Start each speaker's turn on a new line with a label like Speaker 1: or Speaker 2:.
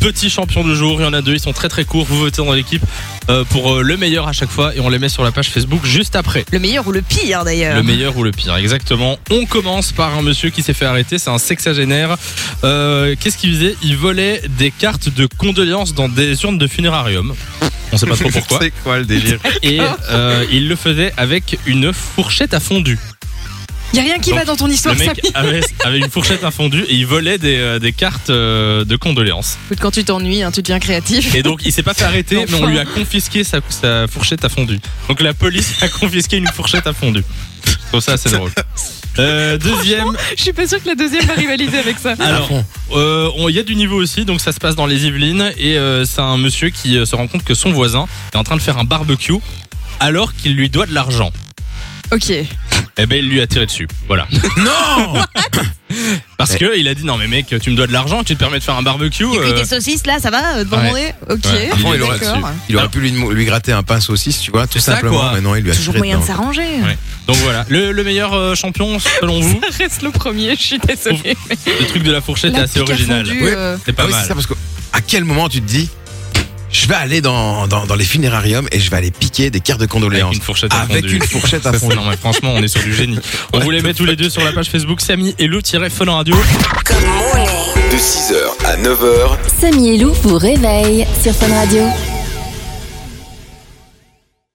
Speaker 1: petits champions du jour. Il y en a deux, ils sont très très courts. Vous votez dans l'équipe euh, pour euh, le meilleur à chaque fois et on les met sur la page Facebook juste après.
Speaker 2: Le meilleur ou le pire d'ailleurs.
Speaker 1: Le meilleur ou le pire, exactement. On commence par un monsieur qui s'est fait arrêter, c'est un sexagénaire. Euh, Qu'est-ce qu'il faisait Il volait des cartes de condoléances dans des urnes de funérarium. On sait pas trop pourquoi.
Speaker 3: C'est quoi le délire
Speaker 1: Et euh, il le faisait avec une fourchette à fondu.
Speaker 2: Il Y a rien qui
Speaker 1: Donc,
Speaker 2: va dans ton histoire,
Speaker 1: le mec
Speaker 2: Samy.
Speaker 1: avait, avait une fourchette à fondu et il volait des, euh, des cartes euh, de condoléances.
Speaker 2: Écoute, Quand tu t'ennuies, hein, tu deviens créatif.
Speaker 1: Et donc il s'est pas fait arrêter, mais on
Speaker 2: Enfin.
Speaker 1: lui a confisqué sa, sa fourchette à fondu. Donc la police a confisqué une fourchette à fondu. Je trouve ça assez drôle. Euh, deuxième,
Speaker 2: Je suis pas sûr que la deuxième va rivaliser avec ça.
Speaker 1: alors euh, on- il y a du niveau aussi, donc ça se passe dans les Yvelines et euh, c'est un monsieur qui euh, se rend compte que son voisin est en train de faire un barbecue alors qu'il lui doit de l'argent.
Speaker 2: Ok.
Speaker 1: Eh ben il lui a tiré dessus. Voilà.
Speaker 3: Non
Speaker 1: Parce que il a dit non mais mec tu me dois de l'argent, tu te permets de faire un barbecue.
Speaker 2: Tu cuis
Speaker 1: euh,
Speaker 2: tes saucisses là, ça va euh, devant
Speaker 1: ouais.
Speaker 2: mon nez Ok.
Speaker 1: Ouais.
Speaker 3: Avant, il aurait
Speaker 2: D'accord.
Speaker 3: Il aurait pu lui, lui gratter un pain saucisse, tu vois, tout
Speaker 1: C'est ça,
Speaker 3: simplement.
Speaker 1: quoi.
Speaker 3: mais non, il lui a
Speaker 2: Toujours
Speaker 3: tiré
Speaker 2: moyen de
Speaker 3: dedans.
Speaker 2: s'arranger. Mmh.
Speaker 1: Ouais. Donc voilà, le, le meilleur euh, champion selon vous,
Speaker 2: Reste le premier, je suis désolée.
Speaker 1: le truc de la fourchette est
Speaker 2: La
Speaker 1: assez
Speaker 2: pique à
Speaker 1: original.
Speaker 2: fondu,
Speaker 3: Oui.
Speaker 2: euh,
Speaker 1: C'est pas
Speaker 3: Ah oui, c'est
Speaker 1: mal.
Speaker 3: ça, parce que à quel moment tu te dis, je vais aller dans, dans, dans les funérariums et je vais aller piquer des cartes de
Speaker 1: Avec
Speaker 3: condoléances
Speaker 1: une fourchette à
Speaker 3: avec
Speaker 1: fondu.
Speaker 3: une fourchette à
Speaker 1: Ça, c'est-
Speaker 3: fond.
Speaker 1: non, mais franchement, on est sur du génie. On vous les met tous les deux sur la page Facebook Samy et Lou-Fun Radio.
Speaker 4: De 6h à 9h,
Speaker 5: Samy et Lou vous réveille sur Fun Radio.